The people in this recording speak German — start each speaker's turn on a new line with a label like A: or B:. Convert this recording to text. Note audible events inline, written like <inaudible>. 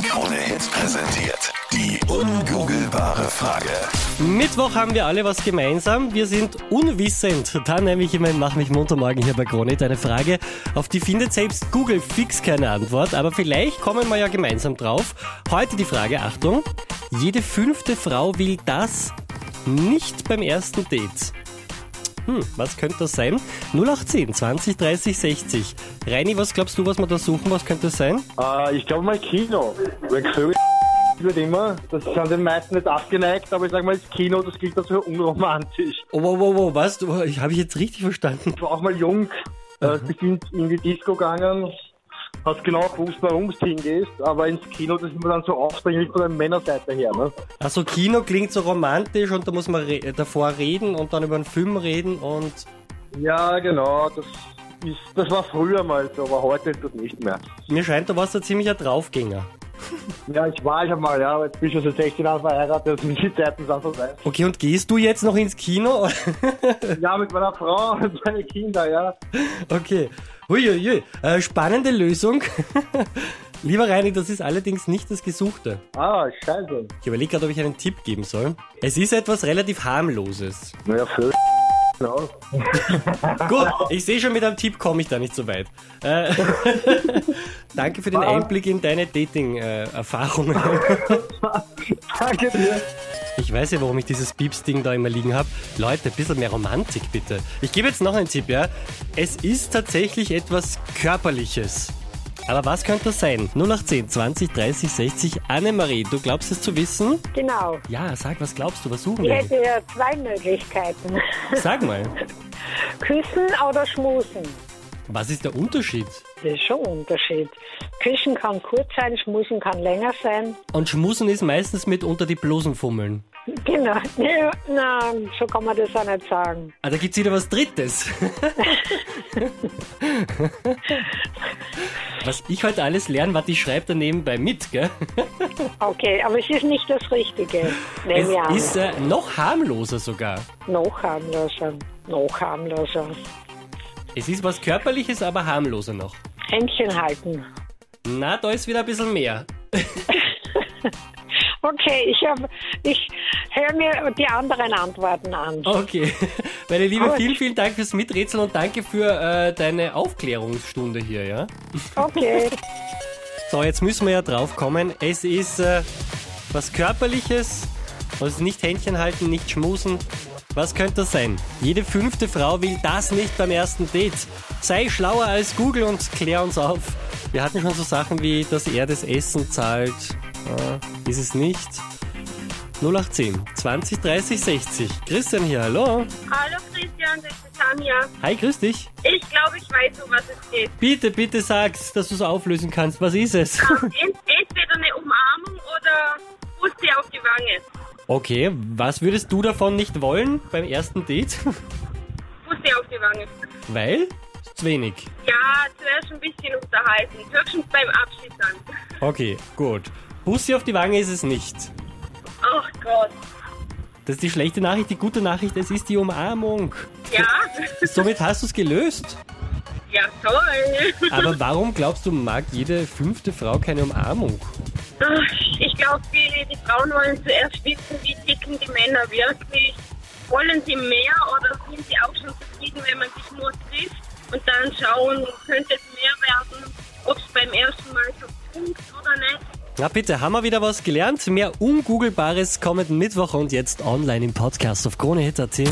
A: 1 präsentiert die ungoogelbare Frage.
B: Mittwoch haben wir alle was gemeinsam. Wir sind unwissend. Da nehme ich immer in Mach mich munter morgen hier bei Kronit eine Frage, auf die findet selbst Google fix keine Antwort. Aber vielleicht kommen wir ja gemeinsam drauf. Heute die Frage, Achtung, jede fünfte Frau will das nicht beim ersten Date. Hm, was könnte das sein? 0810 20 30 60. Reini, was glaubst du, was wir da suchen? Was könnte das sein?
C: Äh, ich glaube mal Kino. Weil Vögel <laughs> wird immer, das sind den meisten nicht abgeneigt, aber ich sag mal, das Kino, das klingt dann so unromantisch.
B: Oh, wow, wow, wow, was? Du- Habe ich jetzt richtig verstanden?
C: Ich war auch mal jung, äh, wir sind in die Disco gegangen, hast genau gewusst, warum es hingehst, aber ins Kino, das ist immer dann so aufdringlich von der Männerseite her, ne?
B: Also Kino klingt so romantisch und da muss man re äh, davor reden und dann über einen Film reden und
C: Ja, genau, das ist, das war früher mal so, aber heute ist das nicht mehr.
B: mir scheint, du warst ein ziemlicher Draufgänger.
C: Ja, ich war ich mal, ja, aber jetzt bin ich schon seit 16 Jahren verheiratet, also die Zeiten sind vorbei.
B: Okay, und gehst du jetzt noch ins Kino? <laughs>
C: Ja, mit meiner Frau und meinen Kindern, ja.
B: okay. Huiuiui. Äh, spannende Lösung. <laughs> Lieber Reini, das ist allerdings nicht das Gesuchte.
C: Ah, scheiße.
B: Ich überlege gerade, ob ich einen Tipp geben soll. Es ist etwas relativ harmloses.
C: Naja, Vögel. <laughs> Genau.
B: Gut, ich sehe schon, mit einem Tipp komme ich da nicht so weit. Äh, <laughs> danke für den Einblick in deine äh, Dating-Erfahrungen.
C: Danke dir.
B: Ich weiß ja, warum ich dieses Pieps-Ding da immer liegen habe. Leute, ein bisschen mehr Romantik bitte. Ich gebe jetzt noch einen Tipp, ja. Es ist tatsächlich etwas Körperliches. Aber was könnte das sein? 0810 20 30 60 Annemarie, du glaubst es zu wissen?
D: Genau.
B: Ja, sag, was glaubst du? Was suchen
D: Ich
B: wir?
D: hätte ja zwei Möglichkeiten. <laughs>
B: Sag mal,
D: Küssen oder schmusen.
B: was ist der Unterschied?
D: Das ist schon ein Unterschied. Küssen kann kurz sein, schmusen kann länger sein. <laughs>
B: Und Schmusen ist meistens mit unter die Blusen fummeln.
D: Genau. Ja, Na, so kann man das auch nicht sagen.
B: Ah, da gibt's wieder was
D: <laughs>
B: Drittes. was ich heute alles lerne, was ich schreibe da nebenbei mit, gell?
D: Okay, aber es ist nicht das Richtige.
B: Es
D: Nehme ich an.
B: ist äh, noch harmloser sogar.
D: Noch harmloser. Noch harmloser.
B: Es ist was Körperliches, aber harmloser noch.
D: Händchen halten.
B: Na, da ist wieder ein bisschen mehr.
D: Okay, ich, hab- ich höre mir die anderen Antworten an.
B: Okay. <laughs> Meine Liebe,
D: Gut.
B: vielen, vielen Dank fürs Miträtseln und danke für äh, deine Aufklärungsstunde hier, ja?
D: Okay.
B: So, jetzt müssen wir ja drauf kommen. Es ist äh, was Körperliches. Also nicht Händchen halten, nicht schmusen. Was könnte das sein? Jede fünfte Frau will das nicht beim ersten Date. Sei schlauer als Google und klär uns auf. Wir hatten schon so Sachen wie, dass er das Essen zahlt. Äh, ist es nicht? 0810 20 30 60. Christian hier, hallo.
E: <laughs> Hallo Christian, das ist Tanja.
B: Hi, grüß dich.
E: Ich glaube, ich weiß, um was es geht.
B: Bitte, bitte sag's, dass du es auflösen kannst. Was ist es?
E: Ent entweder eine Umarmung oder Busse auf die Wange.
B: Okay, was würdest du davon nicht wollen beim ersten Date? <laughs>
E: Busse auf die Wange.
B: Weil? Ist zu wenig.
E: Ja, zuerst ein bisschen unterhalten. Höchstens beim Abschied dann.
B: Okay, gut. Bussi auf die Wange ist es nicht.
E: Ach Gott.
B: Das ist die schlechte Nachricht. Die gute Nachricht, es ist die Umarmung.
E: Ja?
B: Somit hast du es gelöst.
E: Ja, toll.
B: Aber warum glaubst du, mag jede fünfte Frau keine Umarmung?
E: Ach, Ich glaube, die, die Frauen wollen zuerst wissen, wie ticken die Männer wirklich. Wollen sie mehr oder sind sie auch schon zufrieden, wenn man sich nur trifft und dann schauen, könnte es mehr werden, ob es beim ersten Mal so funkt oder nicht.
B: Na bitte, haben wir wieder was gelernt? Mehr Ungoogelbares kommenden Mittwoch und jetzt online im Podcast auf KroneHit.at.